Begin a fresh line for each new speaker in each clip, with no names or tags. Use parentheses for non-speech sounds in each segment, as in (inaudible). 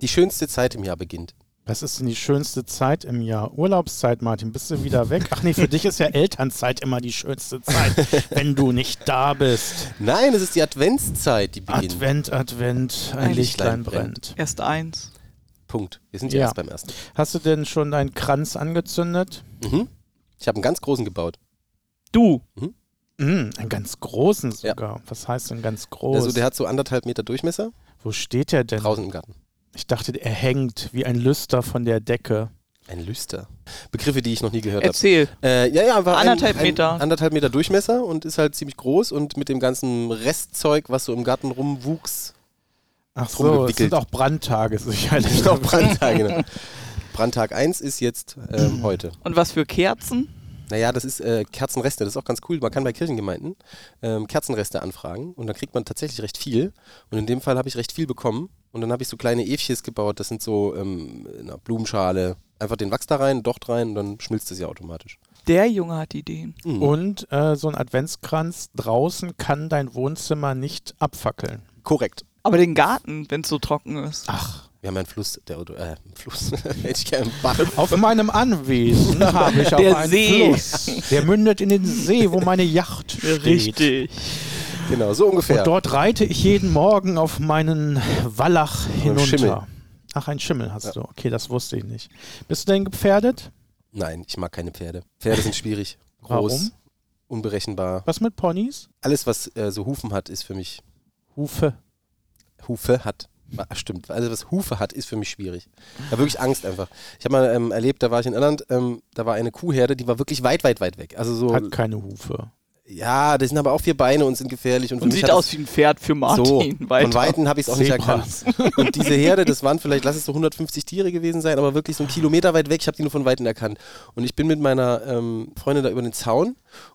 die schönste Zeit im Jahr beginnt.
Was ist denn die schönste Zeit im Jahr? Urlaubszeit, Martin, bist du wieder weg? Ach nee, für dich ist ja Elternzeit immer die schönste
(laughs)
Zeit, wenn du nicht da bist.
Nein, es ist die Adventszeit, die beginnt.
Advent, Advent, ein,
Ein
Lichtlein
Lichtlein brennt.
brennt.
Erst eins.
Punkt. Wir sind ja
Ja.
erst beim ersten.
Hast du denn schon deinen Kranz angezündet?
Mhm. Ich habe einen ganz großen gebaut.
Du.
Hm?
Mm, einen ganz großen sogar. Was heißt denn ganz groß?
Also der hat so anderthalb Meter Durchmesser
Wo steht der denn?
draußen im Garten.
Ich dachte, er hängt wie ein Lüster von der Decke.
Ein Lüster. Begriffe, die ich noch nie gehört habe.
Erzähl.
Äh, ja, ja, war
Anderthalb
ein, ein,
Meter.
Anderthalb Meter Durchmesser und ist halt ziemlich groß und mit dem ganzen Restzeug, was so im Garten rumwuchs, (laughs)
Ach so, es
Rumgewickelt.
sind auch Brandtage sicherlich.
ist noch Brandtag. genau. Brandtag 1 ist jetzt ähm, heute.
Und was für Kerzen?
Naja, das ist äh, Kerzenreste, das ist auch ganz cool. Man kann bei Kirchengemeinden ähm, Kerzenreste anfragen und dann kriegt man tatsächlich recht viel. Und in dem Fall habe ich recht viel bekommen. Und dann habe ich so kleine Äfches gebaut, das sind so ähm, in einer Blumenschale. Einfach den Wachs da rein, Docht rein und dann schmilzt es ja automatisch.
Der Junge hat Ideen.
Mhm.
Und äh, so ein Adventskranz draußen kann dein Wohnzimmer nicht abfackeln.
Korrekt.
Aber den Garten, wenn es so trocken ist.
Ach.
Wir haben ja einen Fluss, der, äh, einen Fluss, (laughs) hätte ich gerne einen Bach.
Auf meinem Anwesen habe ich auch
Der
einen
See.
Fluss. Der mündet in den See, wo meine Yacht
(laughs)
steht.
Genau, so ungefähr.
Und dort reite ich jeden Morgen auf meinen Wallach hinunter.
Schimmel.
Ach, ein Schimmel hast
Ja.
du. Okay, das wusste ich nicht. Bist du denn gepferdet?
Nein, ich mag keine Pferde. Pferde sind schwierig, groß,
Warum?
unberechenbar.
Was mit Ponys?
Alles, was äh, so Hufen hat, ist für mich
Hufe.
Hufe hat. Ah, Stimmt, alles, was Hufe hat, ist für mich schwierig. Ich habe wirklich Angst einfach. Ich habe mal ähm, erlebt, da war ich in Irland, ähm, da war eine Kuhherde, die war wirklich weit, weit, weit weg. Also so,
Hat keine Hufe.
ja, das sind aber auch vier Beine und sind gefährlich. Und, für
Und
mich
sieht
hat
aus wie ein Pferd für
das,
Martin.
so,
Weiter.
Von Weitem habe ich es auch nicht erkannt.
Zebras.
Und diese Herde, das waren vielleicht, lass es so 150 Tiere gewesen sein, aber wirklich so einen Kilometer weit weg. Ich habe die nur von Weitem erkannt. Und ich bin mit meiner ähm, Freundin da über den Zaun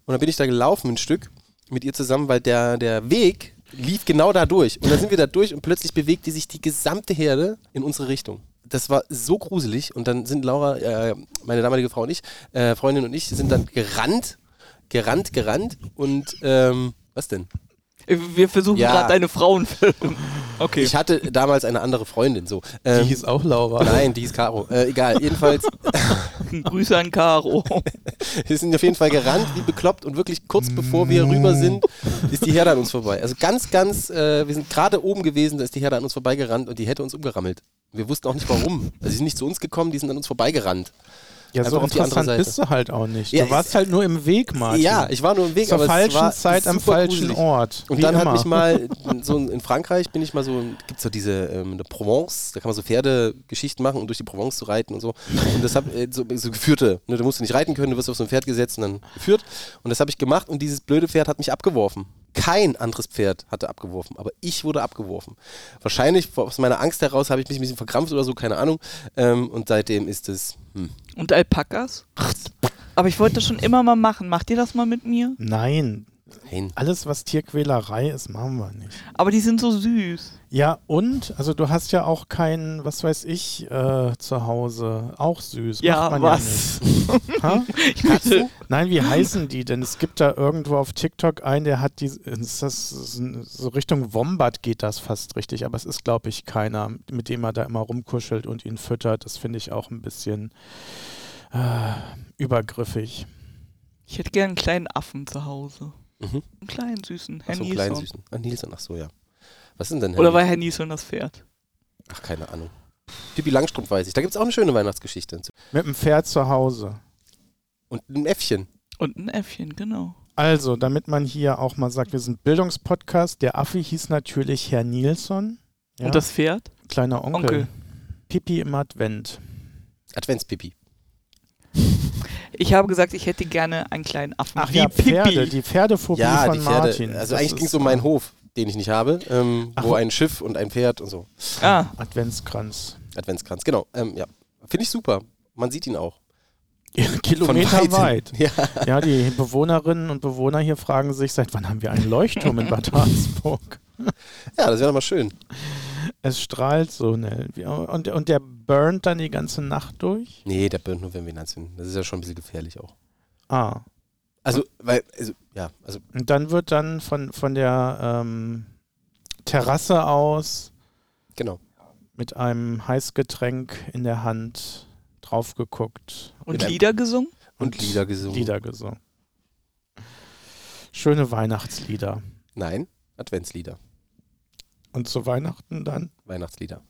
und dann bin ich da gelaufen ein Stück mit ihr zusammen, weil der, der Weg lief genau da durch. Und dann sind wir da durch und plötzlich bewegte sich die gesamte Herde in unsere Richtung. Das war so gruselig. Und dann sind Laura, äh, meine damalige Frau und ich, äh, Freundin und ich, sind dann gerannt, gerannt, gerannt und ähm, was denn?
äh, Wir versuchen
Ja.
gerade deine Frauenfilme. Okay.
Ich hatte damals eine andere Freundin so.
Die
Ähm,
hieß auch Laura.
Nein, die ist Caro. Äh, egal, jedenfalls,
Grüße an Caro.
wir sind auf jeden Fall gerannt, wie bekloppt und wirklich kurz bevor wir rüber sind, ist die Herde an uns vorbei. Also ganz, ganz, äh, wir sind gerade oben gewesen, da ist die Herde an uns vorbeigerannt und die hätte uns umgerammelt. Wir wussten auch nicht warum. Also die sind nicht zu uns gekommen, die sind an uns vorbeigerannt.
Ja,
Einfach
so
Also auf die andere
interessant
Seite.
bist du halt auch nicht.
Ja,
du
ich-
warst halt nur im Weg, Martin.
Ja, ich war nur im Weg,
Zur
aber es
falschen
war
Zeit am
super
falschen
gruselig.
Ort.
Und
wie
dann
immer.
hat mich
(laughs)
mal, so in Frankreich bin ich mal so, gibt es so diese ähm, eine Provence, da kann man so Pferdegeschichten machen, um durch die Provence zu reiten und so. Und das habe äh, so, so geführte, ne, da musst du nicht reiten können, du wirst auf so ein Pferd gesetzt und dann geführt. Und das habe ich gemacht und dieses blöde Pferd hat mich abgeworfen. Kein anderes Pferd hatte abgeworfen, aber ich wurde abgeworfen. Wahrscheinlich aus meiner Angst heraus habe ich mich ein bisschen verkrampft oder so, keine Ahnung. Ähm, und seitdem ist es, hm,
Und Alpakas? Aber ich wollte das schon immer mal machen. Macht ihr das mal mit mir?
Nein,
nein.
alles, was Tierquälerei ist, machen wir nicht.
Aber die sind so süß.
Ja, und, also du hast ja auch kein, was weiß ich, äh, zu Hause. Auch süß.
Ja,
Macht man
was? (laughs)
Ja nicht. Ha?
Ich möchte,
(laughs) Nein, wie heißen die denn? Es gibt da irgendwo auf TikTok einen, der hat die, ist das so Richtung Wombat geht das fast richtig, aber es ist, glaube ich, keiner, mit dem er da immer rumkuschelt und ihn füttert. Das finde ich auch ein bisschen äh, übergriffig.
ich hätte gern einen kleinen Affen zu Hause.
Mhm.
Einen kleinen süßen.
Ach
Herr
so, kleinen
Nilsson.
Süßen. Ah, Nilsson, ach so, ja. Was sind denn Herr
Oder war Herr Nilsson das Pferd?
Ach, keine Ahnung. Pippi Langstrumpf weiß ich. Da gibt es auch eine schöne Weihnachtsgeschichte.
Mit dem Pferd zu Hause.
Und ein Äffchen.
Und ein Äffchen, genau.
Also, damit man hier auch mal sagt, wir sind Bildungspodcast. Der Affe hieß natürlich Herr Nilsson. Ja,
Und das Pferd?
kleiner Onkel.
Onkel.
Pipi im Advent.
Adventspipi.
Ich habe gesagt, ich hätte gerne einen kleinen Affen.
Ach ja, Pferde, die Pferdephobie
Ja,
von
die Pferde.
Martin.
Also
Das
eigentlich ging
ist
es um meinen Hof, den ich nicht habe, ähm,
Ach,
wo
wo-
ein Schiff und ein Pferd und so.
Ah,
Adventskranz.
Adventskranz, genau. Ähm, ja. Finde ich super. Man sieht ihn auch.
Kilometer
Weitem.
weit.
(laughs) Ja.
(laughs) Ja, die Bewohnerinnen und Bewohner hier fragen sich, seit wann haben wir einen Leuchtturm in Bad Harzburg?
ja, das wäre doch mal schön.
Es strahlt so, ne? Wie- Und, und der burnt dann die ganze Nacht durch?
Nee, der burnt nur, wenn wir ihn anzünden. Das ist ja schon ein bisschen gefährlich auch.
Ah.
Also, weil, also, ja, also,
Und dann wird dann von, von der ähm, Terrasse aus
genau.
mit einem Heißgetränk in der Hand drauf geguckt
Und
Mit einem-
Lieder gesungen?
Und Lieder gesungen.
Lieder gesungen. Schöne Weihnachtslieder.
Nein, Adventslieder.
Und zu Weihnachten dann,
Weihnachtslieder.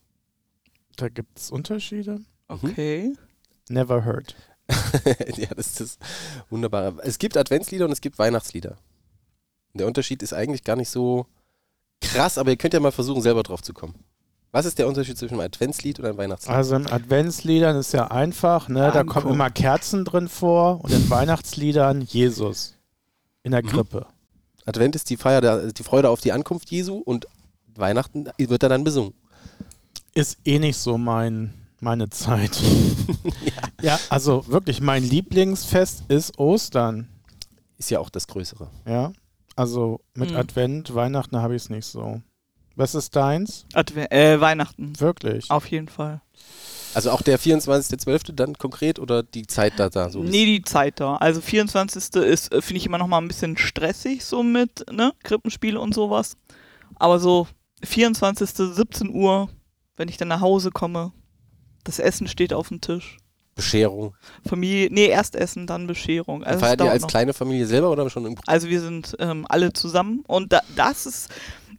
da gibt es Unterschiede.
Okay.
Never heard.
(laughs) ja, das ist das Wunderbare. Es gibt Adventslieder und es gibt Weihnachtslieder. Und der Unterschied ist eigentlich gar nicht so krass, aber ihr könnt ja mal versuchen, selber drauf zu kommen. Was ist der Unterschied zwischen einem Adventslied und einem Weihnachtslied?
Also in Adventsliedern ist ja einfach, ne? da kommen
Angucken.
immer Kerzen drin vor und in Weihnachtsliedern Jesus in der
Mhm.
Krippe.
Advent ist die Feier, der, die Freude auf die Ankunft Jesu und Weihnachten wird er dann besungen.
Ist eh nicht so mein, meine
(laughs)
Zeit. ja. also wirklich, mein Lieblingsfest ist Ostern.
Ist ja auch das Größere.
Ja, also mit
Mhm.
Advent, Weihnachten habe ich es nicht so. Was ist deins?
Adve äh, Weihnachten.
Wirklich?
Auf jeden Fall.
Also auch der 24.12. dann konkret oder die Zeit da, da so?
nee, die Zeit da. Also 24. ist, äh, finde ich immer noch mal ein bisschen stressig, so mit, ne, Krippenspiele und sowas. Aber so 24. 17 Uhr, wenn ich dann nach Hause komme, das Essen steht auf dem Tisch.
Bescherung.
Familie, nee, erst Essen, dann Bescherung. Also, es
Feiert ihr
dauert
als
noch.
kleine Familie selber oder schon im Gru-
also wir sind ähm, alle zusammen und da, das ist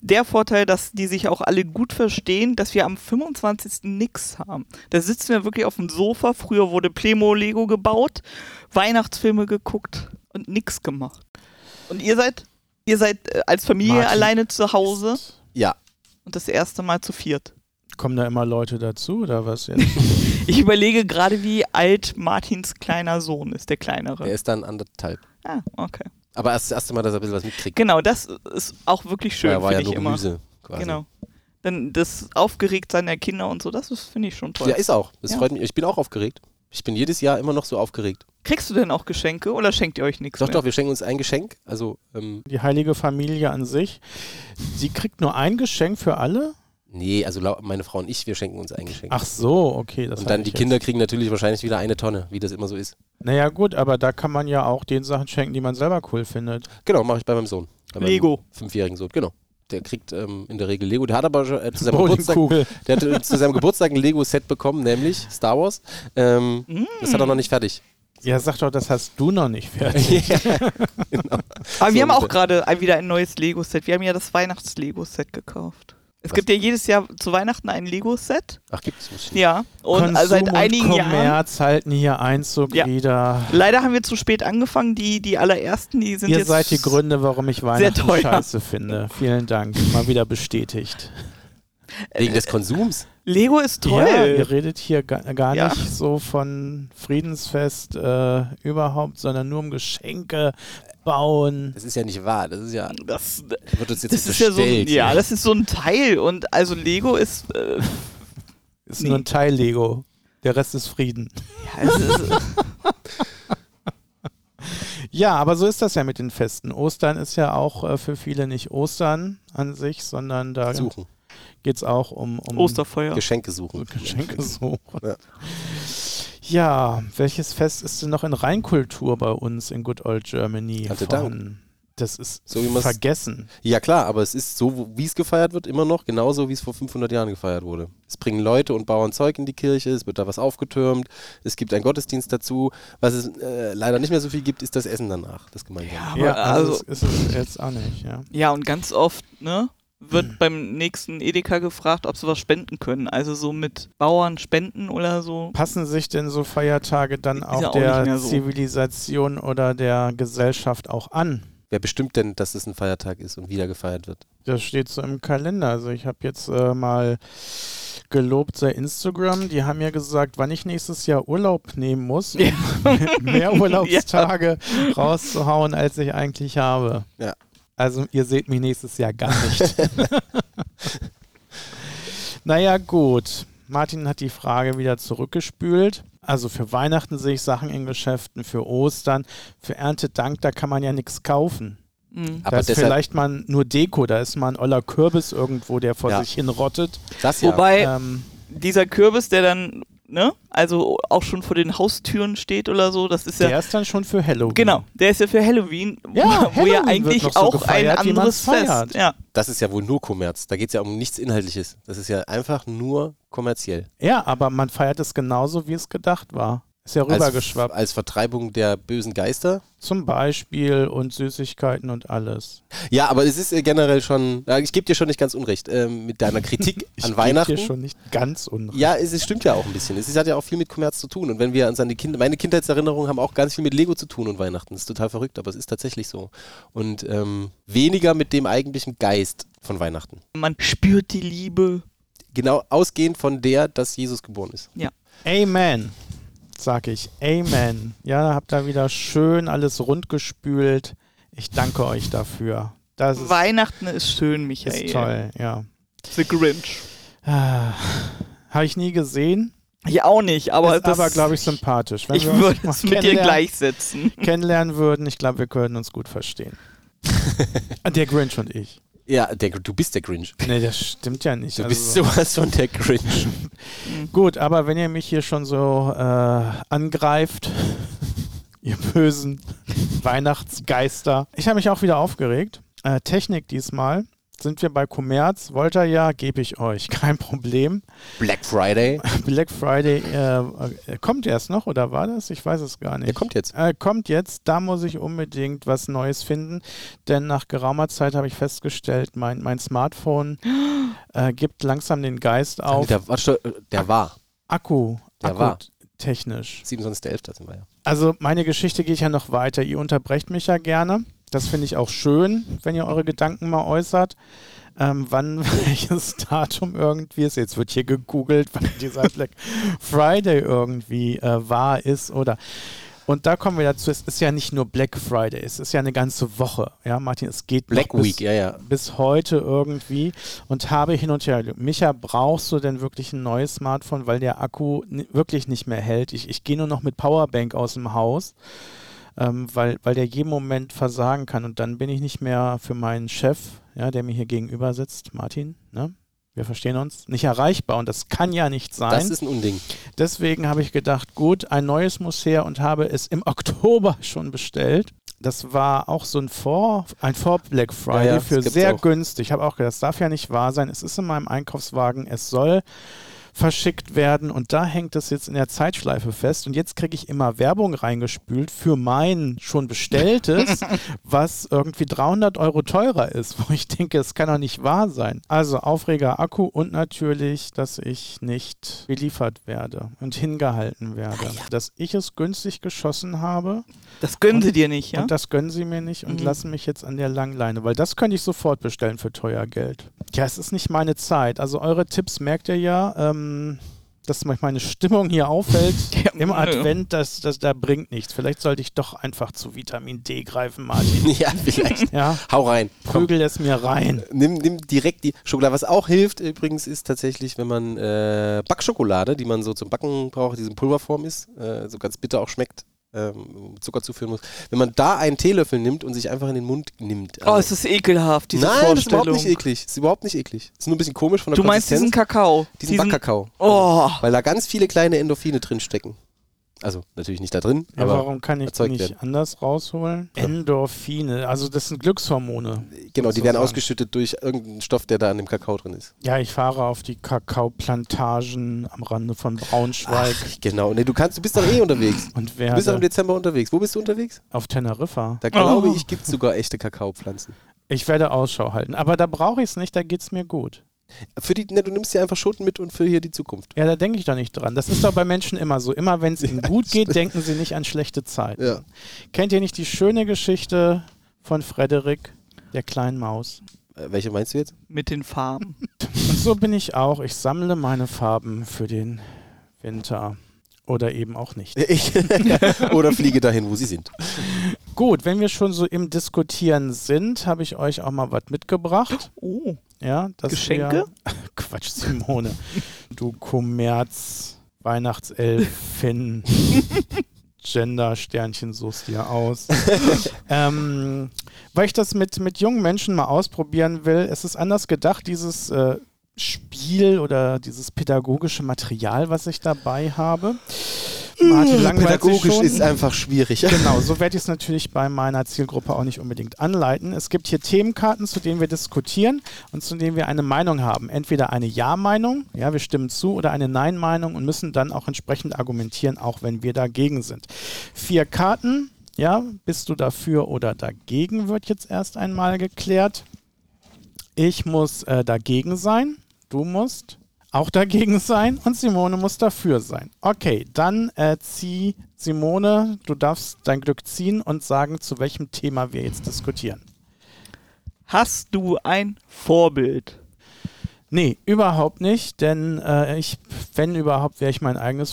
der Vorteil, dass die sich auch alle gut verstehen, dass wir am 25. nix haben. Da sitzen wir wirklich auf dem Sofa. Früher wurde Plemo-Lego gebaut, Weihnachtsfilme geguckt und nix gemacht. Und ihr seid, ihr seid äh, als Familie
Martin
alleine zu Hause
Ja,
und das erste Mal zu viert.
Kommen da immer Leute dazu oder was jetzt?
Ich überlege gerade, wie alt Martins kleiner Sohn ist, der
er
kleinere.
ist dann anderthalb.
Ah, okay.
Aber erst das erste Mal, dass er ein bisschen was mitkriegt.
Genau, das ist auch wirklich schön,
er war ja
finde
nur
ich immer.
Gemüse quasi.
Genau. Dann das Aufgeregtsein der Kinder und so, das ist- finde ich schon toll.
Ja, ist auch. Das
Ja.
freut mich. Ich bin auch aufgeregt. Ich bin jedes Jahr immer noch so aufgeregt.
Kriegst du denn auch Geschenke oder schenkt ihr euch nichts?
Doch,
mehr?
doch, wir schenken uns ein Geschenk. Also, ähm,
Die heilige Familie an sich, sie kriegt nur ein Geschenk für alle?
nee, also lau- meine Frau und ich, wir schenken uns ein Geschenk.
Ach so, okay. Das
und
hatte
dann
ich
die
jetzt.
Kinder kriegen natürlich wahrscheinlich wieder eine Tonne, wie das immer so ist.
Naja gut, aber da kann man ja auch den Sachen schenken, die man selber cool findet.
Genau, mache ich bei meinem Sohn. Bei meinem
Lego.
Fünfjährigen Sohn, genau. Der kriegt ähm, in der Regel Lego. Der hat aber schon, äh, zu seinem Geburtstag
Bowlingkugel.
Der hat äh, zu seinem Geburtstag ein Lego-Set bekommen, nämlich Star Wars. Ähm,
Mm.
Das hat er noch nicht
(laughs)
fertig.
Ja, sag doch, das hast du noch nicht fertig.
Genau.
Aber
So
wir haben auch
ungefähr.
gerade ein- wieder ein neues Lego-Set. Wir haben ja das Weihnachts-Lego-Set gekauft. Es
Was?
gibt ja jedes Jahr zu Weihnachten ein Lego-Set.
Ach, gibt's nicht.
Ja. Und
Konsum
also seit
und
einigen Jahren.
Kommerz halten hier Einzug
Ja.
wieder.
Leider haben wir zu spät angefangen. Die, die allerersten, die sind
Ihr
jetzt.
seid die Gründe, warum ich Weihnachten
teuer.
scheiße finde. Vielen Dank. Mal wieder bestätigt.
Wegen des Konsums.
Lego ist toll.
Ja, ihr redet hier gar, gar
Ja.
nicht so von Friedensfest äh, überhaupt, sondern nur um Geschenke bauen.
Das ist ja nicht wahr. Das ist ja.
Das,
Wird uns jetzt
das ist ja
bestellt.
so ein, ja, das ist so ein Teil. Und also Lego ist. Äh,
Ist nur ein Teil Lego. Der Rest ist Frieden.
ja, es ist
Ja, aber so ist das ja mit den Festen. Ostern ist ja auch äh, für viele nicht Ostern an sich, sondern da
Suchen.
geht es auch um, um
Osterfeuer.
Geschenke suchen.
Geschenke
(laughs)
suchen.
Ja.
Ja. welches Fest ist denn noch in Reinkultur bei uns in Good Old Germany?
Tante
vorhanden? Das ist
So wie man's-
vergessen.
Ja, klar, aber es ist so, wo- wie es gefeiert wird, immer noch genauso, wie es vor 500 Jahren gefeiert wurde. Es bringen Leute und Bauern Zeug in die Kirche, es wird da was aufgetürmt, es gibt einen Gottesdienst dazu. Was es äh, leider nicht mehr so viel gibt, ist das Essen danach, das gemeinsame.
Ja, aber
Ja, also,
also,
also ist es jetzt auch nicht, ja.
Ja, und ganz oft, ne, wird
Hm.
beim nächsten Edeka gefragt, ob sie was spenden können. Also so mit Bauern spenden oder so.
Passen sich denn so Feiertage dann
Ist
auch
ja auch nicht
der
mehr so.
Zivilisation oder der Gesellschaft auch an?
Wer bestimmt denn, dass es ein Feiertag ist und wieder gefeiert wird?
Das steht so im Kalender. Also ich habe jetzt äh, mal gelobt sei Instagram. Die haben ja gesagt, wann ich nächstes Jahr Urlaub nehmen muss, um
Ja.
(laughs) mehr Urlaubstage rauszuhauen, als ich eigentlich habe.
Ja.
Also ihr seht mich nächstes Jahr gar nicht. (laughs) naja, gut. Martin hat die Frage wieder zurückgespült. Also für Weihnachten sehe ich Sachen in Geschäften, für Ostern, für Erntedank, da kann man ja nichts kaufen.
Mhm.
Aber
da ist
deshalb,
vielleicht mal nur Deko, da ist mal ein oller Kürbis irgendwo, der vor
Ja. Äh,
sich hin rottet.
das ja.
Wobei
Ähm,
dieser Kürbis, der dann ne? Also auch schon vor den Haustüren steht oder so. Das ist ja.
Der ist dann schon für Halloween.
Genau, der ist ja für Halloween, wo-
Ja,
wo ja
Halloween wird
eigentlich
noch so
auch
gefeiert, wie
ein anderes
man's feiert.
Fest. Ja.
Das ist ja wohl nur Kommerz. Da geht es ja um nichts Inhaltliches. Das ist ja einfach nur kommerziell.
Ja, aber man feiert es genauso, wie es gedacht war. Ist ja
Als,
rübergeschwappt.
als Vertreibung der bösen Geister.
Zum Beispiel und Süßigkeiten und alles.
Ja, aber es ist äh, generell schon, ja, ich gebe dir schon nicht ganz unrecht, ähm, mit deiner Kritik
(laughs) Ich
an
geb
Weihnachten.
Dir schon nicht ganz unrecht.
Ja, es, es stimmt ja auch ein bisschen. Es, hat ja auch viel mit Kommerz zu tun. Und wenn wir uns an die Kinder, meine Kindheitserinnerungen haben auch ganz viel mit Lego zu tun und Weihnachten. Das ist total verrückt, aber es ist tatsächlich so. Und ähm, weniger mit dem eigentlichen Geist von Weihnachten.
Man spürt die Liebe.
Genau ausgehend von der, dass Jesus geboren ist.
Amen, sag ich. Amen. Ja, habt da wieder schön alles rundgespült. Ich danke euch dafür. Das ist,
Weihnachten ist schön, Michael.
ist toll, ja.
The Grinch.
Ah, Habe ich nie gesehen,
Ich auch nicht, aber
ist
das
aber, glaube ich, sympathisch. Wenn
(laughs) ich
wir uns
würde
mal
es mit dir
kennenlernen-
gleichsetzen.
kennenlernen würden, ich glaube, wir können uns gut verstehen.
(laughs)
der Grinch und ich.
Ja, der, du bist der Grinch.
Nee, das stimmt ja nicht.
Du
Also-
bist sowas von der Grinch.
Gut, aber wenn ihr mich hier schon so äh, angreift, (laughs) ihr bösen Weihnachtsgeister. Ich habe mich auch wieder aufgeregt. Äh, Technik diesmal. Sind wir bei Kommerz? Wollt ihr ja, gebe ich euch. (laughs) Kein Problem.
Black Friday.
Black Friday äh, äh, kommt erst noch, oder war das? Ich weiß es gar nicht.
Der kommt jetzt.
Äh, kommt jetzt, da muss ich unbedingt was Neues finden, denn nach geraumer Zeit habe ich festgestellt, mein, mein Smartphone
(gasps)
äh, gibt langsam den Geist (laughs) auf.
Der, warte, stopp, der war.
Akku,
Der
Akku
war.
technisch.
27.11. sind wir ja.
Also meine Geschichte geht ja noch weiter. Ihr unterbrecht mich ja gerne. Das finde ich auch schön, wenn ihr eure Gedanken mal äußert. Ähm, wann (laughs) welches Datum irgendwie ist. Jetzt wird hier gegoogelt, wann
(laughs)
dieser Black Friday irgendwie äh, wahr ist oder. Und da kommen wir dazu. Es ist ja nicht nur Black Friday, es ist ja eine ganze Woche. Ja, Martin, es geht noch
Black
bis,
Week, ja, ja.
bis heute irgendwie und habe hin und her. Micha, brauchst du denn wirklich ein neues Smartphone, weil der Akku ni- wirklich nicht mehr hält? Ich, ich gehe nur noch mit Powerbank aus dem Haus, ähm, weil, weil der jeden Moment versagen kann und dann bin ich nicht mehr für meinen Chef, ja, der mir hier gegenüber sitzt, Martin, ne? Wir verstehen uns, nicht erreichbar und das kann ja nicht sein.
Das ist ein Unding. (laughs)
Deswegen habe ich gedacht, gut, ein neues muss her und habe es im (laughs) Oktober schon bestellt. Das war auch so ein Vor, ein Vor Black Friday
Ja, ja, das
für
gibt's
sehr
auch.
günstig. Ich habe auch gedacht, das darf ja nicht wahr sein. Es ist in meinem Einkaufswagen, es soll verschickt werden und da hängt es jetzt in der Zeitschleife fest und jetzt kriege ich immer Werbung reingespült für mein schon bestelltes, was irgendwie 300 Euro teurer ist, wo ich denke, es kann doch nicht wahr sein. Also Aufreger Akku und natürlich, dass ich nicht beliefert werde und hingehalten werde, dass ich es günstig geschossen habe
Das gönnen sie dir nicht, ja?
und das gönnen sie mir nicht und
Mhm.
lassen mich jetzt an der Langleine, weil das könnte ich sofort bestellen für teuer Geld. Ja, es ist nicht meine Zeit. Also eure Tipps merkt ihr ja, ähm, dass mich meine Stimmung
(laughs)
hier auffällt
Ja,
im
nö.
Advent, das, das, da bringt nichts. Vielleicht sollte ich doch einfach zu Vitamin D greifen, Martin.
(laughs) Ja, vielleicht.
Ja,
Hau rein. Komm.
prügel es mir rein.
Nimm, nimm direkt die Schokolade. Was auch hilft übrigens ist tatsächlich, wenn man äh, Backschokolade, die man so zum Backen braucht, die so in Pulverform ist, äh, so ganz bitter auch schmeckt, ähm, Zucker zuführen muss. Wenn man da einen Teelöffel nimmt und sich einfach in den Mund nimmt. Also
Oh, es ist ekelhaft, diese
Nein, das ist
Vorstellung.
überhaupt nicht eklig. Ist überhaupt nicht eklig. Ist nur ein bisschen komisch von der
du meinst diesen
Konsistenz.
Kakao?
diesen Backkakao.
Oh,
Weil da ganz viele kleine Endorphine drin stecken. Also natürlich nicht da drin,
Ja,
aber
warum kann ich
erzeugt
nicht
werden.
anders rausholen? Endorphine, also das sind Glückshormone.
genau, die werden
sozusagen.
ausgeschüttet durch irgendeinen Stoff, der da an dem Kakao drin ist.
Ja, ich fahre auf die Kakaoplantagen am Rande von Braunschweig
Genau. Nee, du kannst, du bist doch eh unterwegs.
und
Du bist doch im
werde
Dezember unterwegs. Wo bist du unterwegs?
auf Teneriffa.
Da glaube
Oh.
ich, gibt es sogar echte Kakaopflanzen.
Ich werde Ausschau halten, aber da brauche ich es nicht, da geht es mir gut.
Für die, ne, du nimmst dir einfach Schoten mit und für hier die Zukunft.
Ja, da denke ich doch nicht dran. Das ist doch bei Menschen immer so. Immer wenn es ihnen gut geht, denken sie nicht an schlechte Zeiten.
Ja.
Kennt ihr nicht die schöne Geschichte von Frederik, der kleinen Maus?
Äh, welche meinst du jetzt? (laughs)
mit den Farben.
Und so bin ich auch. Ich sammle meine Farben für den Winter. Oder eben auch nicht.
Ich. Oder fliege dahin, wo sie sind.
Gut, wenn wir schon so im Diskutieren sind, habe ich euch auch mal was mitgebracht.
Oh,
Ja, dass
Geschenke?
Wir (laughs) Quatsch, Simone. Du Kommerz,
(laughs)
Weihnachtselfin, Gender-Sternchen suchst dir aus. (laughs) ähm, weil ich das mit, mit jungen Menschen mal ausprobieren will. Es ist anders gedacht, dieses äh, Spiel oder dieses pädagogische Material, was ich dabei habe. Martin langweilt sich
Hm, Pädagogisch
schon.
ist einfach schwierig. (laughs)
Genau, so werde ich es natürlich bei meiner Zielgruppe auch nicht unbedingt anleiten. Es gibt hier Themenkarten, zu denen wir diskutieren und zu denen wir eine Meinung haben. Entweder eine Ja-Meinung, ja, wir stimmen zu, oder eine Nein-Meinung und müssen dann auch entsprechend argumentieren, auch wenn wir dagegen sind. Vier Karten, ja, bist du dafür oder dagegen, wird jetzt erst einmal geklärt. Ich muss äh, dagegen sein, du musst auch dagegen sein und Simone muss dafür sein. Okay, dann äh, zieh Simone, du darfst dein Glück ziehen und sagen, zu welchem Thema wir jetzt diskutieren.
Hast du ein Vorbild?
Nee, überhaupt nicht, denn äh, ich, wenn überhaupt, wäre ich mein eigenes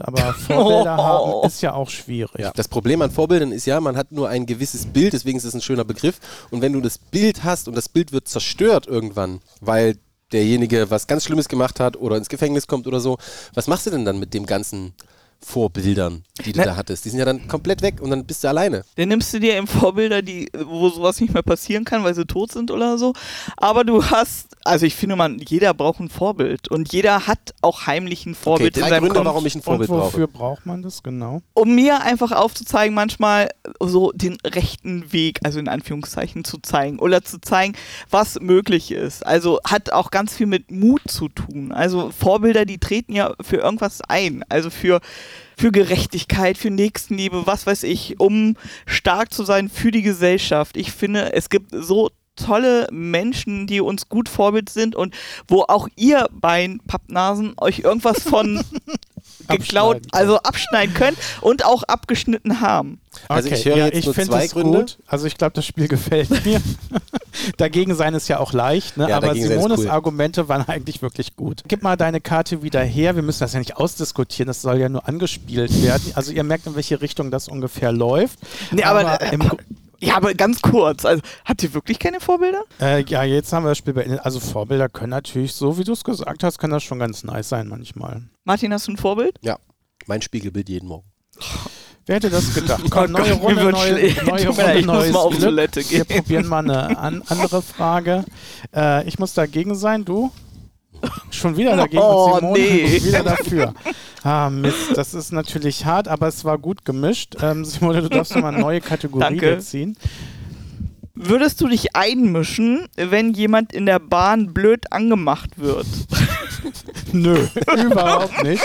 (laughs)
aber Vorbilder
Oh.
haben ist ja auch schwierig.
Ja. Das Problem an Vorbildern ist ja, man hat nur ein gewisses Bild, deswegen ist es ein schöner Begriff. Und wenn du das Bild hast und das Bild wird zerstört irgendwann, weil derjenige was ganz Schlimmes gemacht hat oder ins Gefängnis kommt oder so, was machst du denn dann mit dem ganzen Vorbildern, die du
Na-
da hattest? Die sind ja dann komplett weg und dann bist du alleine.
Dann nimmst du dir eben Vorbilder, die, wo sowas nicht mehr passieren kann, weil sie tot sind oder so. Aber du hast, also ich finde man, jeder braucht ein Vorbild und jeder hat auch heimlich ein
Okay,
Vorbild in
drei
seinem
Gründe,
Kopf.
warum ich ein
Und
Vorbild brauche.
wofür braucht man das genau?
um mir einfach aufzuzeigen, manchmal so den rechten Weg, also in Anführungszeichen, zu zeigen oder zu zeigen, was möglich ist. Also hat auch ganz viel mit Mut zu tun. Also Vorbilder, die treten ja für irgendwas ein. Also für, für Gerechtigkeit, für Nächstenliebe, was weiß ich, um stark zu sein für die Gesellschaft. Ich finde, es gibt so tolle Menschen, die uns gut Vorbild sind und wo auch ihr Bein, Pappnasen, euch irgendwas von geklaut,
Abschneiden.
also abschneiden können und auch abgeschnitten haben.
Also ich höre jetzt nur
find
zwei
das
Gründe.
Also ich glaube, das Spiel (laughs) gefällt
(laughs)
mir. dagegen sein ist ja auch leicht, ne?
Ja,
aber
dagegen sein ist
Simones
cool.
Argumente waren eigentlich wirklich gut. Gib mal deine Karte wieder her. Wir müssen das ja nicht ausdiskutieren, das soll ja nur angespielt werden. Also ihr merkt, in welche Richtung das ungefähr läuft.
Nee, aber,
im,
äh, ja, aber ganz kurz. Also, habt ihr wirklich keine Vorbilder?
äh, ja, jetzt haben wir das Spiel beendet. Also Vorbilder können natürlich, so wie du es gesagt hast, kann das schon ganz nice sein manchmal.
Martin, hast du ein Vorbild?
Ja, mein Spiegelbild jeden Morgen.
Wer
(laughs)
hätte das gedacht? Komm,
Gott,
neue
mir
Runde,
wird
neue,
schlecht. (laughs)
neue
Tut mir leid,
Runde,
ich muss
neues
mal auf
Glück.
Toilette gehen.
Wir probieren mal eine an, andere Frage. Äh, ich muss dagegen sein, du? Schon wieder dagegen
Oh,
und Simone
nee.
(laughs) wieder dafür. Ah, Mist, das ist natürlich hart, aber es war gut gemischt. Ähm, Simone, du darfst nochmal eine neue Kategorie
Danke.
hier ziehen.
Würdest du dich einmischen, wenn jemand in der Bahn blöd angemacht wird?
(laughs)
Nö, überhaupt nicht.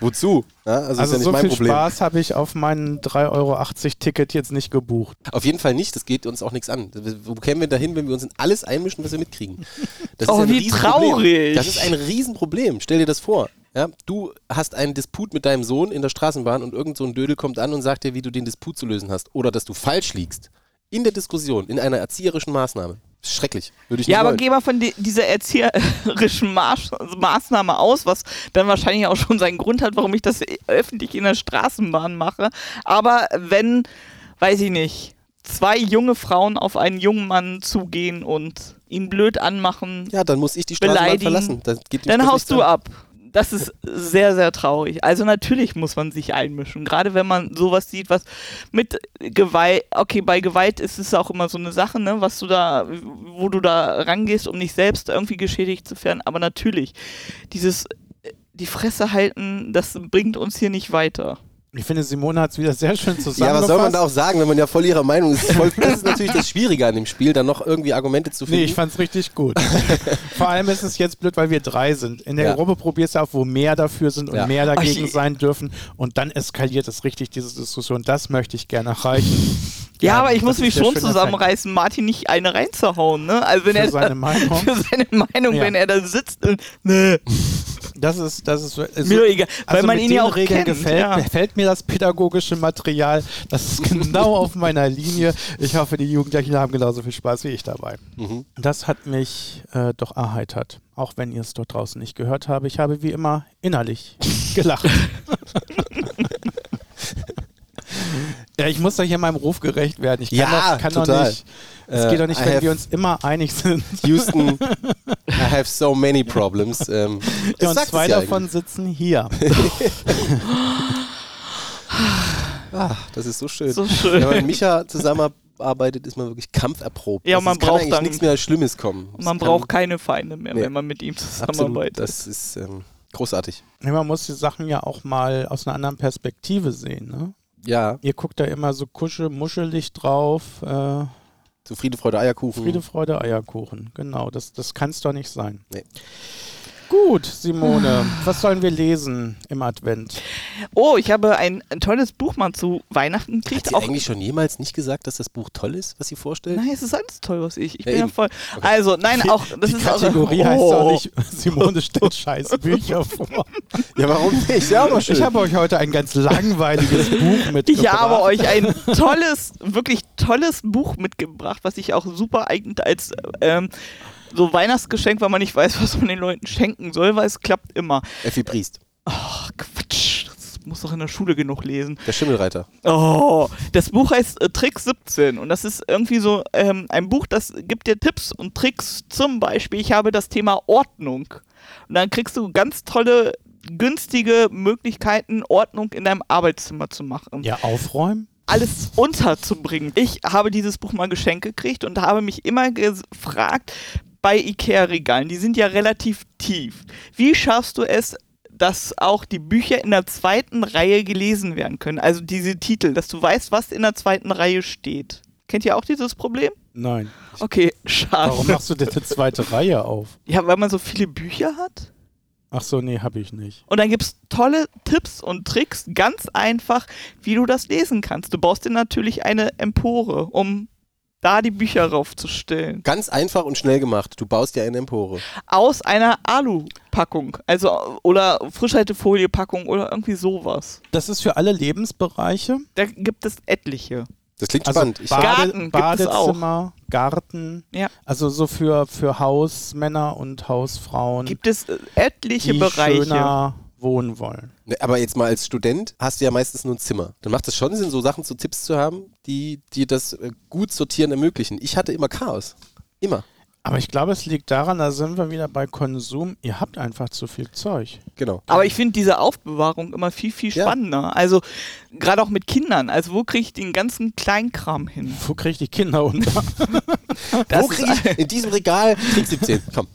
Wozu? Ja, also,
Also
ist ja nicht
so
mein
viel
Problem.
Spaß habe ich auf meinen 3,80 Euro Ticket jetzt nicht gebucht.
Auf jeden Fall nicht, das geht uns auch nichts an. Wo kämen wir dahin, wenn wir uns in alles einmischen, was wir mitkriegen? Das
Oh,
ein
wie
Riesenproblem.
traurig.
Das ist ein Riesenproblem. Stell dir das vor. Ja, du hast einen Disput mit deinem Sohn in der Straßenbahn und irgend so ein Dödel kommt an und sagt dir, wie du den Disput zu lösen hast oder dass du falsch liegst. In der Diskussion, in einer erzieherischen Maßnahme. Schrecklich. Würde ich nicht
Ja, aber
wollen.
geh mal von di- dieser erzieherischen Maß- Maßnahme aus, was dann wahrscheinlich auch schon seinen Grund hat, warum ich das öffentlich in der Straßenbahn mache. Aber wenn, weiß ich nicht, zwei junge Frauen auf einen jungen Mann zugehen und ihn blöd anmachen,
ja, dann muss ich die Straßenbahn
Beleidigen.
verlassen. Das geht mich
dann
das
haust
nichts
du
an.
ab. Das ist sehr, sehr traurig. Also natürlich muss man sich einmischen. Gerade wenn man sowas sieht, was mit Gewalt, okay, bei Gewalt ist es auch immer so eine Sache, ne, was du da, wo du da rangehst, um nicht selbst irgendwie geschädigt zu werden. Aber natürlich, dieses äh, die Fresse halten, das bringt uns hier nicht weiter.
Ich finde, Simone hat es wieder sehr schön
Ja,
zusammengefasst.
was soll man da auch sagen, wenn man ja voll ihrer Meinung ist? Voll, (laughs) das ist natürlich das Schwierige an dem Spiel, dann noch irgendwie Argumente zu finden.
Nee, ich fand's richtig
(laughs)
gut. Vor allem ist es jetzt blöd, weil wir drei sind. In der
Ja.
Gruppe probierst du auf, wo mehr dafür sind und
Ja.
mehr dagegen
Ach, ich-
sein dürfen. Und dann eskaliert es richtig, diese Diskussion. Das möchte ich gerne erreichen.
Ja,
Ja,
aber ich
das
muss
ist
mich
der
schon
schöne
zusammenreißen, Martin nicht eine reinzuhauen, ne? Also wenn
Für
er
seine Meinung.
(laughs) für seine Meinung,
Ja.
wenn er da sitzt und ne,
Das ist, das ist, ist
mir doch egal, weil
also
man
mit
ihn
den
ja auch
Regeln
kennt.
gefällt,
ja.
gefällt mir das pädagogische Material. Das ist
(laughs)
genau auf meiner Linie. Ich hoffe, die Jugendlichen haben genauso viel Spaß wie ich dabei.
Mhm.
Das hat mich äh, doch erheitert, auch wenn ihr es dort draußen nicht gehört habt. Ich habe wie immer innerlich
(laughs)
gelacht. ja, ich muss doch hier meinem Ruf gerecht werden. Ich kann,
Ja,
doch, kann
total.
doch nicht. Es
Äh,
geht doch nicht,
I
wenn
have-
wir uns immer einig sind. (laughs)
Houston, I have so many problems. Ähm, es
Ja, und
sagt
zwei
es ja
davon
(laughs)
sitzen hier.
eigentlich. Ah, das ist so schön.
So schön.
Wenn man Micha zusammen hat, abarbeitet, ist man wirklich kampferprobt.
Ja,
also
man
es kann
braucht
eigentlich
dann-
nichts mehr Schlimmes kommen.
Und man
Es kann-
braucht keine Feinde mehr,
Nee.
wenn man mit ihm
absolut,
zusammenarbeitet.
Das ist ähm, großartig.
Ja, Man muss die Sachen ja auch mal aus einer anderen Perspektive sehen. Ne?
Ja,
Ihr guckt da immer so kusche, muschelig drauf. Äh,
so Friede, Freude, Eierkuchen.
Friede, Freude, Eierkuchen. Genau, das, das kann es doch nicht sein.
Nee.
Gut, Simone, was sollen wir lesen im Advent?
Oh, ich habe ein, ein tolles Buch mal zu Weihnachten
Hat
gekriegt.
sie
Auch
eigentlich schon jemals nicht gesagt, dass das Buch toll ist, was sie vorstellt?
Nein, es ist alles toll, was ich. Ich
Ja,
bin ja
eben.
voll.
Okay.
Also, nein, auch das
Die
ist
Kategorie
auch,
heißt
Oh.
doch nicht, Simone stellt scheiß (laughs) Bücher vor.
Ja, warum
(laughs)
nicht? Ja, aber schön.
Ich habe euch heute ein ganz (laughs) langweiliges Buch mitgebracht.
Ich habe euch ein tolles, wirklich tolles Buch mitgebracht, was sich auch super eignet als ähm, so Weihnachtsgeschenk, weil man nicht weiß, was man den Leuten schenken soll, weil es klappt immer.
Effi Priest,
Ach, Quatsch. Das muss doch in der Schule genug lesen.
der Schimmelreiter.
Oh, das Buch heißt äh, Trick 17 und das ist irgendwie so ähm, ein Buch, das gibt dir Tipps und Tricks. Zum Beispiel, ich habe das Thema Ordnung. Und dann kriegst du ganz tolle, günstige Möglichkeiten, Ordnung in deinem Arbeitszimmer zu machen.
Ja, aufräumen?
Alles unterzubringen. Ich habe dieses Buch mal geschenkt gekriegt und habe mich immer gefragt, bei Ikea-Regalen, die sind ja relativ tief. Wie schaffst du es, dass auch die Bücher in der zweiten Reihe gelesen werden können? Also diese Titel, dass du weißt, was in der zweiten Reihe steht. Kennt ihr auch dieses Problem?
Nein.
Okay, schade.
Warum machst du denn eine zweite Reihe auf?
Ja, weil man so viele Bücher hat?
Ach so, nee, habe ich nicht.
Und dann gibt es tolle Tipps und Tricks, ganz einfach, wie du das lesen kannst. Du baust dir natürlich eine Empore, um da die Bücher raufzustellen.
Ganz einfach und schnell gemacht. Du baust dir eine Empore.
Aus einer Alu-Packung. Also, oder Frischhaltefolie-Packung oder irgendwie sowas.
Das ist für alle Lebensbereiche.
Da gibt es etliche.
Das klingt
Also
spannend. Ich,
Bade,
Garten gibt es auch.
Badezimmer, Garten.
Ja.
Also so für, für Hausmänner und Hausfrauen,
Gibt es äh, etliche
die
Bereiche.
schöner wohnen wollen.
Ne, aber jetzt mal als Student hast du ja meistens nur ein Zimmer. Dann macht es schon Sinn, so Sachen zu Tipps zu haben, die dir das äh, gut sortieren ermöglichen. Ich hatte immer Chaos. Immer.
Aber ich glaube, es liegt daran, da sind wir wieder bei Konsum. Ihr habt einfach zu viel Zeug.
Genau.
Aber ich finde diese Aufbewahrung immer viel, viel
Ja.
spannender. Also, gerade auch mit Kindern. Also, wo kriege ich den ganzen Kleinkram
(laughs)
hin?
Wo kriege ich die Kinder unter?
Das
Wo
ist
krieg ich in diesem Regal Krieg 17? Komm.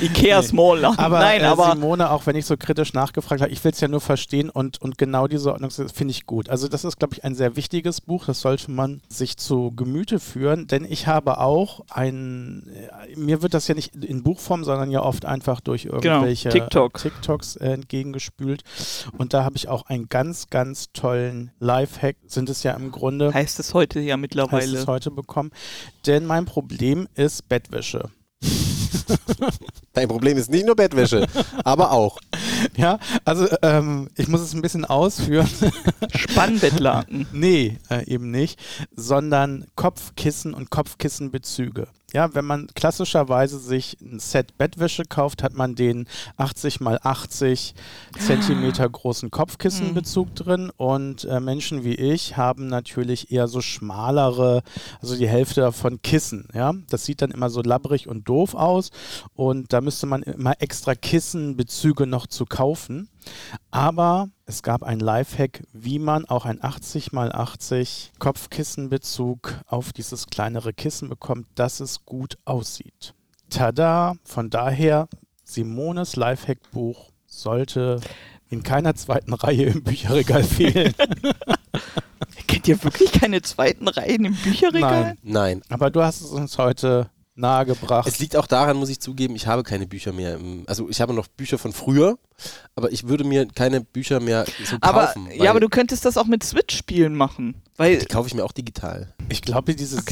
Ikea
Nee.
Smallland.
Aber,
Nein,
äh,
aber
Simone, auch wenn ich so kritisch nachgefragt habe, ich will es ja nur verstehen und, und genau diese Ordnung finde ich gut. Also das ist, glaube ich, ein sehr wichtiges Buch, das sollte man sich zu Gemüte führen, denn ich habe auch ein, äh, mir wird das ja nicht in Buchform, sondern ja oft einfach durch
Genau.
irgendwelche
TikTok.
TikToks äh, entgegengespült und da habe ich auch einen ganz, ganz tollen Lifehack, sind es ja im Grunde,
heißt es heute ja
heißt
mittlerweile.
es heute bekommen, denn mein Problem ist Bettwäsche. (laughs)
Dein Problem ist nicht nur Bettwäsche, aber auch.
Ja, also ähm, ich muss es ein bisschen ausführen.
(laughs)
Spannbettlaken.
(laughs) Nee, äh, eben nicht, sondern Kopfkissen und Kopfkissenbezüge. Ja, wenn man klassischerweise sich ein Set Bettwäsche kauft, hat man den 80 mal 80 Zentimeter großen Kopfkissenbezug drin und äh, Menschen wie ich haben natürlich eher so schmalere, also die Hälfte davon Kissen. Ja, das sieht dann immer so labbrig und doof aus und da müsste man immer extra Kissenbezüge noch zu kaufen. Aber es gab ein Lifehack, wie man auch ein 80 mal 80 Kopfkissenbezug auf dieses kleinere Kissen bekommt, dass es gut aussieht. Tada! Von daher, Simones Lifehack-Buch sollte in keiner zweiten (laughs) Reihe im
(laughs)
Bücherregal fehlen.
Kennt ihr wirklich keine zweiten Reihen im Bücherregal?
Nein.
Nein.
Aber du hast es uns heute nahegebracht.
Es liegt auch daran, muss ich zugeben, ich habe keine Bücher mehr. Im, also ich habe noch Bücher von früher, aber ich würde mir keine Bücher mehr so
Aber,
kaufen. weil
ja, aber du könntest das auch mit Switch-Spielen machen. Weil,
die kaufe ich mir auch digital.
Ich glaube, diese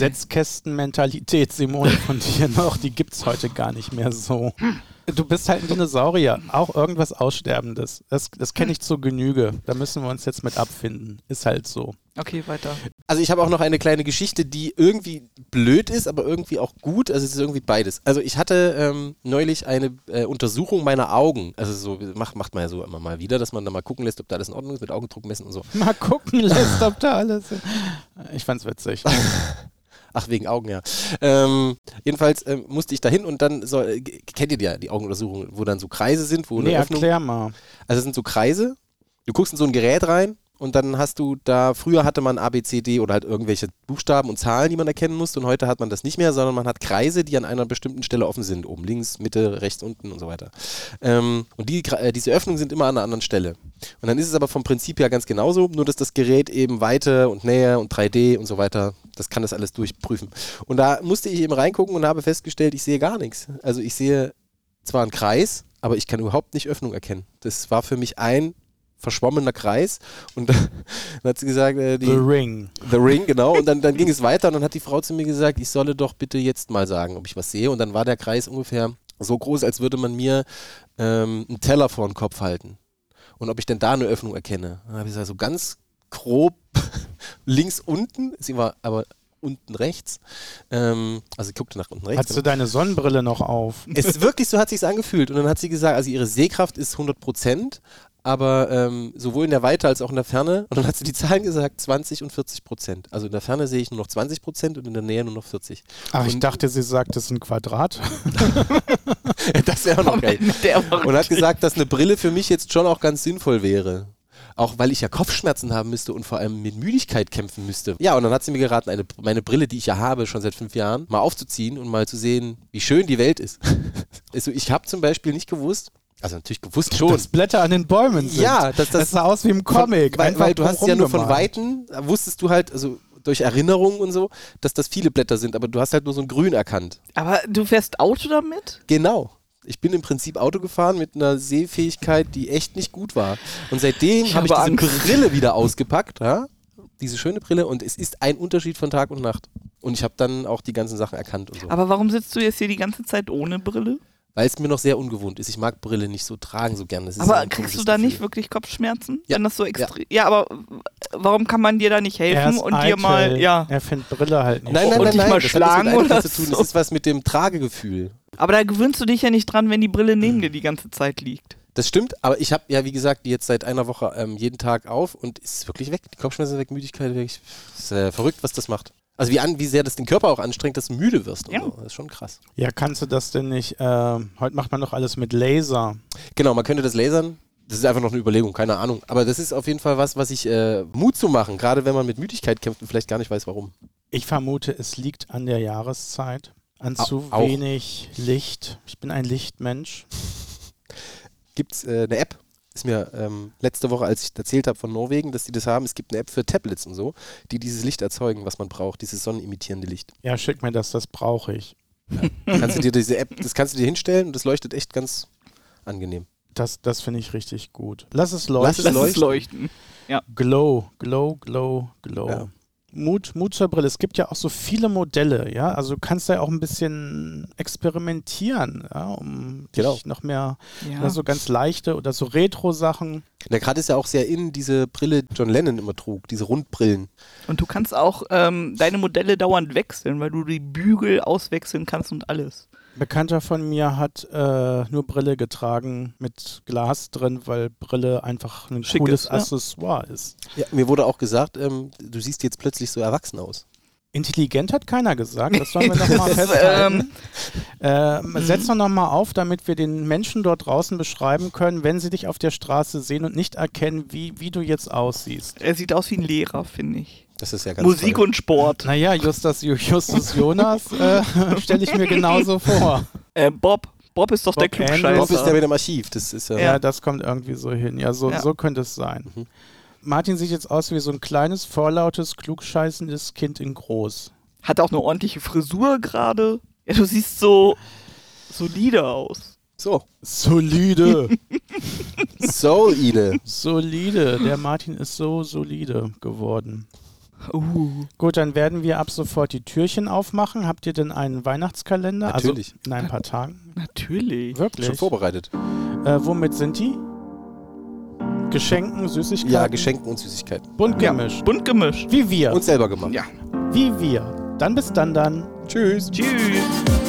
Setzkästen-Mentalität, Simone, von dir noch, die gibt es heute gar nicht mehr so. Du bist halt ein Dinosaurier, auch irgendwas Aussterbendes. Das, das kenne ich zur Genüge. Da müssen wir uns jetzt mit abfinden. Ist halt so.
okay,
(laughs)
weiter.
Also ich habe auch noch eine kleine Geschichte, die irgendwie blöd ist, aber irgendwie auch gut. Also es ist irgendwie beides. Also ich hatte ähm, neulich eine äh, Untersuchung meiner Augen. Also so macht, macht man ja so immer mal wieder, dass man da mal gucken lässt, ob da alles in Ordnung ist, mit Augendruck messen und so.
Mal gucken (laughs) lässt, ob da alles. Ich fand's witzig.
Ach, wegen Augen, ja. Ähm, jedenfalls ähm, musste ich da hin und dann, soll, äh, g- kennt ihr ja die Augenuntersuchungen, wo dann so Kreise sind, wo eine
Nee,
Öffnung
erklär mal.
Also es sind so Kreise. Du guckst in so ein Gerät rein Und dann hast du da, früher hatte man A, B, C, D oder halt irgendwelche Buchstaben und Zahlen, die man erkennen musste. Und heute hat man das nicht mehr, sondern man hat Kreise, die an einer bestimmten Stelle offen sind. Oben links, Mitte, rechts, unten und so weiter. Ähm, und die, Kre- äh, diese Öffnungen sind immer an einer anderen Stelle. Und dann ist es aber vom Prinzip her ganz genauso, nur dass das Gerät eben Weite und Nähe und 3D und so weiter, das kann das alles durchprüfen. Und da musste ich eben reingucken und habe festgestellt, ich sehe gar nichts. Also ich sehe zwar einen Kreis, aber ich kann überhaupt nicht Öffnung erkennen. Das war für mich ein verschwommener Kreis und (laughs) dann hat sie gesagt, äh, die
The Ring.
The Ring, genau. Und dann, dann ging es weiter und dann hat die Frau zu mir gesagt, ich solle doch bitte jetzt mal sagen, ob ich was sehe. Und dann war der Kreis ungefähr so groß, als würde man mir ähm, einen Teller vor den Kopf halten. Und ob ich denn da eine Öffnung erkenne. Dann habe ich gesagt, so ganz grob (laughs) links unten, sie war aber unten rechts. Ähm, also sie guckte nach unten rechts.
Hattest du deine Sonnenbrille noch auf?
Es ist wirklich so hat sich's angefühlt. Und dann hat sie gesagt, also ihre Sehkraft ist 100 Prozent, aber ähm, sowohl in der Weite als auch in der Ferne. Und dann hat sie die Zahlen gesagt, 20 und 40 Prozent. Also in der Ferne sehe ich nur noch 20 Prozent und in der Nähe nur noch 40.
Ach, ich
Und-
dachte, sie sagt, es ist ein Quadrat.
(laughs) Das wäre auch noch geil.
Der
Und hat gesagt, dass eine Brille für mich jetzt schon auch ganz sinnvoll wäre. Auch weil ich ja Kopfschmerzen haben müsste und vor allem mit Müdigkeit kämpfen müsste. Ja, und dann hat sie mir geraten, eine, meine Brille, die ich ja habe, schon seit fünf Jahren, mal aufzuziehen und mal zu sehen, wie schön die Welt ist. (laughs) Also ich habe zum Beispiel nicht gewusst, also natürlich gewusst schon.
Dass Blätter an den Bäumen sind.
Ja, das- das-
das sah aus wie im Comic.
Von, weil, weil
einfach
du hast ja nur von
rumgemalt.
Weitem, äh, wusstest du halt, also durch Erinnerungen und so, dass das viele Blätter sind, aber du hast halt nur so ein Grün erkannt.
Aber du fährst Auto damit?
Genau. Ich bin im Prinzip Auto gefahren mit einer Sehfähigkeit, die echt nicht gut war. Und seitdem
Ich
habe ich diese
habe Angst.
Brille wieder ausgepackt, ja? diese schöne Brille, und es ist ein Unterschied von Tag und Nacht. Und ich habe dann auch die ganzen Sachen erkannt und so.
Aber warum sitzt du jetzt hier die ganze Zeit ohne Brille?
Weil es mir noch sehr ungewohnt ist. Ich mag Brille nicht so tragen, so gerne. Das ist so
Aber
ein
kriegst du
komisches
da nicht
Gefühl.
wirklich Kopfschmerzen?
Ja.
Wenn das so extrem. Ja. aber w- warum kann man dir da nicht
Er
helfen
ist
und dir
eitel.
mal. Ja.
Er findet Brille halt nicht.
Nein, nein,
Und
nein,
dich
nein.
mal
das hat nichts mit
schlagen
Eitel
oder
zu tun.
so.
Das ist was mit dem Tragegefühl.
Aber da gewöhnst du dich ja nicht dran, wenn die Brille neben dir die ganze Zeit liegt.
Das stimmt, aber ich habe ja, wie gesagt, die jetzt seit einer Woche ähm, jeden Tag auf und ist wirklich weg. Die Kopfschmerzen weg, Müdigkeit weg. Ist äh, verrückt, was das macht. Also wie, an, wie sehr das den Körper auch anstrengt, dass du müde wirst. Und
Ja.
so. Das ist schon krass.
Ja, kannst du das denn nicht? ähm, heute macht man doch alles mit Laser.
Genau, man könnte das lasern. Das ist einfach noch eine Überlegung, keine Ahnung. Aber das ist auf jeden Fall was, was ich äh, Mut zu machen, gerade wenn man mit Müdigkeit kämpft und vielleicht gar nicht weiß, warum.
Ich vermute, es liegt an der Jahreszeit, an
Au-
zu
auch.
wenig Licht. Ich bin ein Lichtmensch.
Gibt es äh, eine App? Ist mir ähm, letzte Woche, als ich erzählt habe von Norwegen, dass die das haben, es gibt eine App für Tablets und so, die dieses Licht erzeugen, was man braucht, dieses sonnenimitierende Licht.
Ja, schick mir das, das brauche ich.
kannst du dir diese App, das kannst du dir hinstellen und das leuchtet echt ganz angenehm.
Das, das finde ich richtig gut. Lass es leuchten.
Lass es
Lass es
leuchten.
leuchten.
Glow, glow, glow, glow.
Ja.
Mut, Mut zur Brille. Es gibt ja auch so viele Modelle, ja. Also du kannst da ja auch ein bisschen experimentieren, ja, um
Genau.
dich noch mehr
Ja.
oder so ganz leichte oder so Retro-Sachen.
Na, gerade ist ja auch sehr in diese Brille John Lennon immer trug, diese Rundbrillen.
Und du kannst auch ähm, deine Modelle dauernd wechseln, weil du die Bügel auswechseln kannst und alles.
Ein Bekannter von mir hat äh, nur Brille getragen mit Glas drin, weil Brille einfach ein
Schick
cooles
ist, ne? ja.
Accessoire ist.
Ja, mir wurde auch gesagt, ähm, du siehst jetzt plötzlich so erwachsen aus.
Intelligent hat keiner gesagt, das
(laughs)
sollen wir nochmal
Das,
festhalten. Ähm, setz doch nochmal auf, damit wir den Menschen dort draußen beschreiben können, wenn sie dich auf der Straße sehen und nicht erkennen, wie, wie du jetzt aussiehst.
Er sieht aus wie ein Lehrer, finde ich.
Das ist ja ganz
Musik
toll.
und Sport.
Naja, Justus, Justus Jonas äh, (laughs) stelle ich mir genauso vor.
Äh, Bob. Bob ist doch der
Bob Andrews.
Klugscheißer.
Bob ist ja mit dem Archiv, das ist ja.
Ja,
Ja.
das kommt irgendwie so hin. Ja, so,
Ja.
so könnte es sein.
Mhm.
Martin sieht jetzt aus wie so ein kleines, vorlautes, klugscheißendes Kind in groß.
Hat auch eine ordentliche Frisur gerade. Ja, du siehst so solide aus.
So,
Solide.
Soul Ide.
solide. Der Martin ist so solide geworden.
Uh.
Gut, dann werden wir ab sofort die Türchen aufmachen. Habt ihr denn einen Weihnachtskalender?
Natürlich.
Also in ein paar Tagen.
Natürlich.
Wirklich?
Schon vorbereitet.
äh, womit sind die? Geschenken, Süßigkeiten?
Ja, Geschenken und Süßigkeiten.
Bunt
Ja,
gemischt.
bunt gemischt.
Wie wir.
Und selber gemacht.
Ja.
Wie wir. Dann bis dann dann.
Tschüss.
Tschüss.